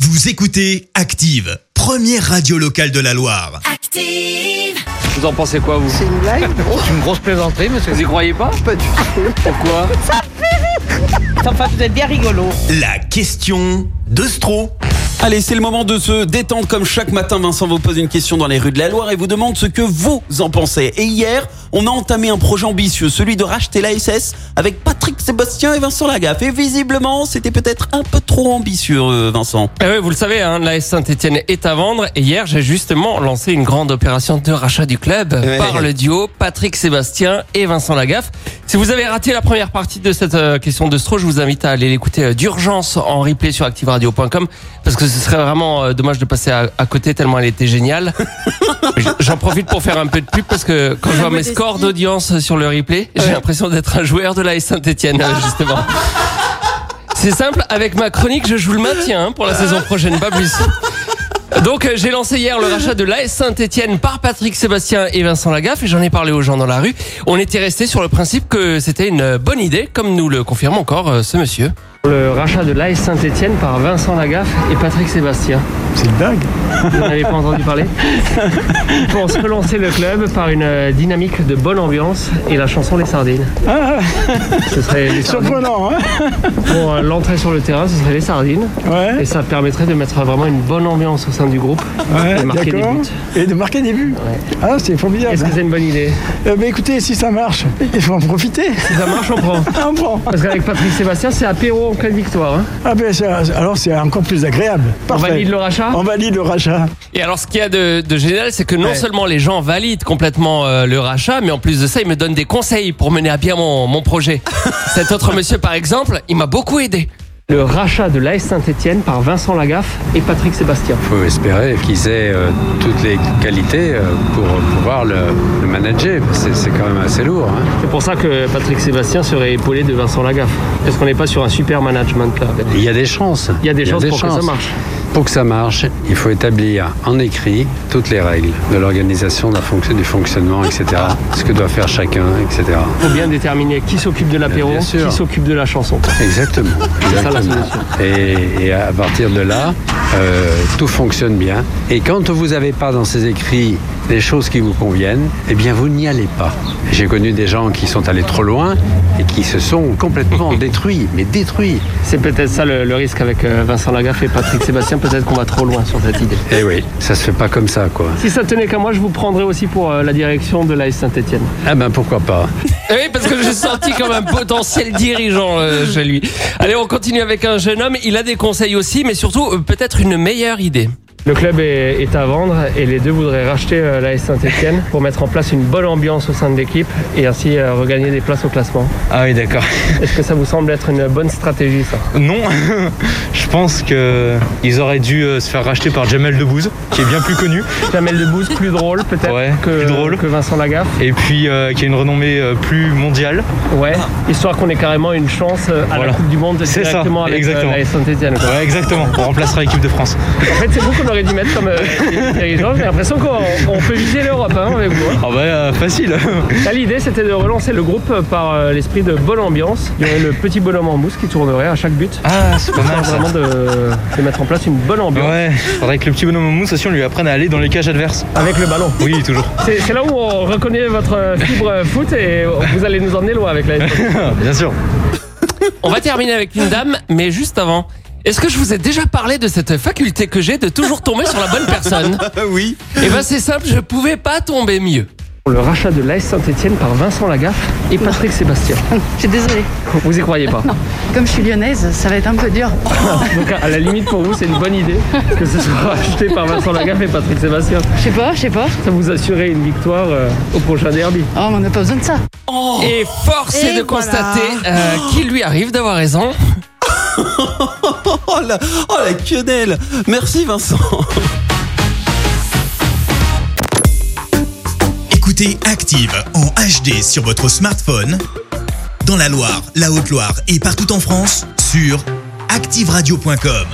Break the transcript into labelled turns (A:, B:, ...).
A: Vous écoutez Active, première radio locale de la Loire.
B: Active!
C: Vous en pensez quoi, vous
D: C'est une blague
C: C'est une grosse plaisanterie, monsieur. Vous y croyez pas
D: Pas du tout.
C: Pourquoi
D: Enfin, vous êtes bien rigolo.
A: La question de Stro.
E: Allez, c'est le moment de se détendre comme chaque matin. Vincent vous pose une question dans les rues de la Loire et vous demande ce que vous en pensez. Et hier, on a entamé un projet ambitieux, celui de racheter la SS avec Patrick Sébastien et Vincent Lagaffe. Et visiblement, c'était peut-être un peu trop ambitieux, euh, Vincent.
F: Eh oui, vous le savez, hein, l'AS Saint-Etienne est à vendre et hier j'ai justement lancé une grande opération de rachat du club
D: Eh
E: Ouais.
F: par le duo Patrick Sébastien et Vincent Lagaffe. Si vous avez raté la première partie de cette euh, question de Stro, je vous invite à aller l'écouter euh, d'urgence en replay sur activeradio.com parce que ce serait vraiment euh, dommage de passer à, à côté tellement elle était géniale. Mais j- J'en profite pour faire un peu de pub parce que quand je vois mes scores d'audience sur le replay, j'ai l'impression d'être un joueur de l'AS Saint-Etienne
D: Ah.
F: justement. C'est simple, avec ma chronique, je joue le maintien hein, pour la saison prochaine, pas plus. Donc euh, j'ai lancé hier le rachat de l'AS Saint-Etienne par Patrick Sébastien et Vincent Lagaffe et j'en ai parlé aux gens dans la rue. On était resté sur le principe que c'était une bonne idée, comme nous le confirme encore euh, ce monsieur. Le rachat de l'AS Saint-Etienne par Vincent Lagaffe et Patrick Sébastien. C'est dingue Vous n'avez pas entendu parler Pour se relancer le club par une euh, dynamique de bonne ambiance et la chanson Les Sardines. Ce serait les
G: Surprenant, hein
F: pour euh, l'entrée sur le terrain, ce serait les sardines.
G: Ouais,
F: Et ça permettrait de mettre vraiment une bonne ambiance au sein du groupe.
G: ouais
F: Et marquer des
G: d'accord.
F: buts.
G: Et de marquer des buts. Ah, c'est formidable.
F: Est-ce que c'est une bonne idée
G: Euh, bah, écoutez, si ça marche, il faut en profiter.
F: Si ça marche, on prend.
G: On prend.
F: Parce qu'avec Patrick Sébastien, c'est apéro en cas de victoire. hein.
G: Ah, ben, ça- alors c'est encore plus agréable.
F: On
G: Parfait.
F: valide le rachat
G: On valide le rachat.
F: Et alors, ce qu'il y a de, de génial, c'est que non seulement les gens valident complètement euh, le rachat, mais en plus de ça, ils me donnent des conseils pour mener à bien mon, mon projet. Cet autre monsieur, par exemple, il m'a beaucoup aidé. Le rachat de l'AS Saint-Etienne par Vincent Lagaffe et Patrick Sébastien.
H: faut espérer qu'ils aient euh, toutes les qualités euh, pour pouvoir le, le manager. C'est c'est quand même assez lourd. hein.
F: C'est pour ça que Patrick Sébastien serait épaulé de Vincent Lagaffe. Parce qu'on n'est pas sur un super management là.
H: Il y a des chances.
F: Il y a des chances pour que ça marche.
H: Pour que ça marche, il faut établir en écrit toutes les règles de l'organisation, de la fonction- du fonctionnement, etc. Ce que doit faire chacun, etc.
F: Il faut bien déterminer qui s'occupe de l'apéro,
H: Bien sûr.
F: qui s'occupe de la chanson.
H: Exactement.
F: ça, la
H: Exactement. Et, et à partir de là, euh, tout fonctionne bien. Et quand vous n'avez pas dans ces écrits des choses qui vous conviennent, eh bien vous n'y allez pas. J'ai connu des gens qui sont allés trop loin et qui se sont complètement détruits, mais détruits.
F: C'est peut-être ça le, le risque avec euh, Vincent Lagaffe et Patrick Sébastien. Peut-être qu'on va trop loin sur cette idée.
H: Eh oui, ça se fait pas comme ça, quoi.
F: Si ça tenait qu'à moi, je vous prendrais aussi pour euh, la direction de l'AS Saint-Etienne.
H: Ah ben pourquoi pas
F: Eh Oui, parce que j'ai senti comme un potentiel dirigeant euh, chez lui. Allez, on continue avec un jeune homme. Il a des conseils aussi, mais surtout euh, peut-être une meilleure idée. Le club est, à vendre et les deux voudraient racheter l'AS Saint-Etienne pour mettre en place une bonne ambiance au sein de l'équipe et ainsi euh, regagner des places au classement.
I: Ah oui, d'accord.
F: Est-ce que ça vous semble être une bonne stratégie ça
I: Non, je pense que ils auraient dû euh, se faire racheter par Jamel Debbouze, qui est bien plus connu,
F: Jamel Debbouze, plus drôle peut-être
I: Ouais,
F: que,
I: plus drôle.
F: que Vincent Lagaffe.
I: et puis euh, qui a une renommée euh, plus mondiale.
F: Ouais, histoire qu'on ait carrément une chance euh, à la
I: Ah. Voilà.
F: Coupe du Monde
I: C'est ça,
F: directement avec euh,
I: exactement.
F: l'AS Saint-Etienne. quoi.
I: Ouais, exactement. On remplacera l'équipe de France.
F: En fait, c'est vous qu'on aurait dû mettre comme euh, dirigeant. J'ai l'impression qu'on on peut viser l'Europe hein, avec vous. hein.
I: Ah bah euh, facile.
F: Là, l'idée, c'était de relancer le groupe euh, par euh, l'esprit de bonne ambiance. Il y aurait le petit bonhomme en mousse qui tournerait à chaque but.
I: Ah, c'est pas
F: Histoire
I: mal ça.
F: vraiment de, de mettre en place une bonne ambiance
I: Ouais, faudrait que le petit bonhomme en mousse aussi on lui apprenne à aller dans les cages adverses.
F: avec le ballon.
I: Oui, toujours.
F: C'est c'est là où on reconnaît votre euh, fibre euh, foot et vous allez nous emmener loin avec la
I: Bien sûr.
F: On va terminer avec une dame, mais juste avant. Est-ce que je vous ai déjà parlé de cette faculté que j'ai de toujours tomber sur la bonne personne
E: oui.
F: Eh ben c'est simple, je pouvais pas tomber mieux. Le rachat de l'AS Saint-Etienne par Vincent Lagaffe et Patrick Sébastien.
J: Je suis désolée.
F: Vous y croyez pas
J: Comme je suis lyonnaise, ça va être un peu dur.
F: Donc à la limite pour vous c'est une bonne idée que ce soit racheté par Vincent Lagaffe et Patrick Sébastien.
J: Je sais pas, je sais pas.
F: Ça vous assurait une victoire euh, au prochain derby.
J: Oh, mais on n'a pas besoin de ça.
F: Et force est de constater euh, qu'il lui arrive d'avoir raison.
E: Oh la, oh la quenelle. Merci Vincent.
A: Écoutez Active en HD sur votre smartphone, dans la Loire, la Haute-Loire et partout en France, sur activeradio.com.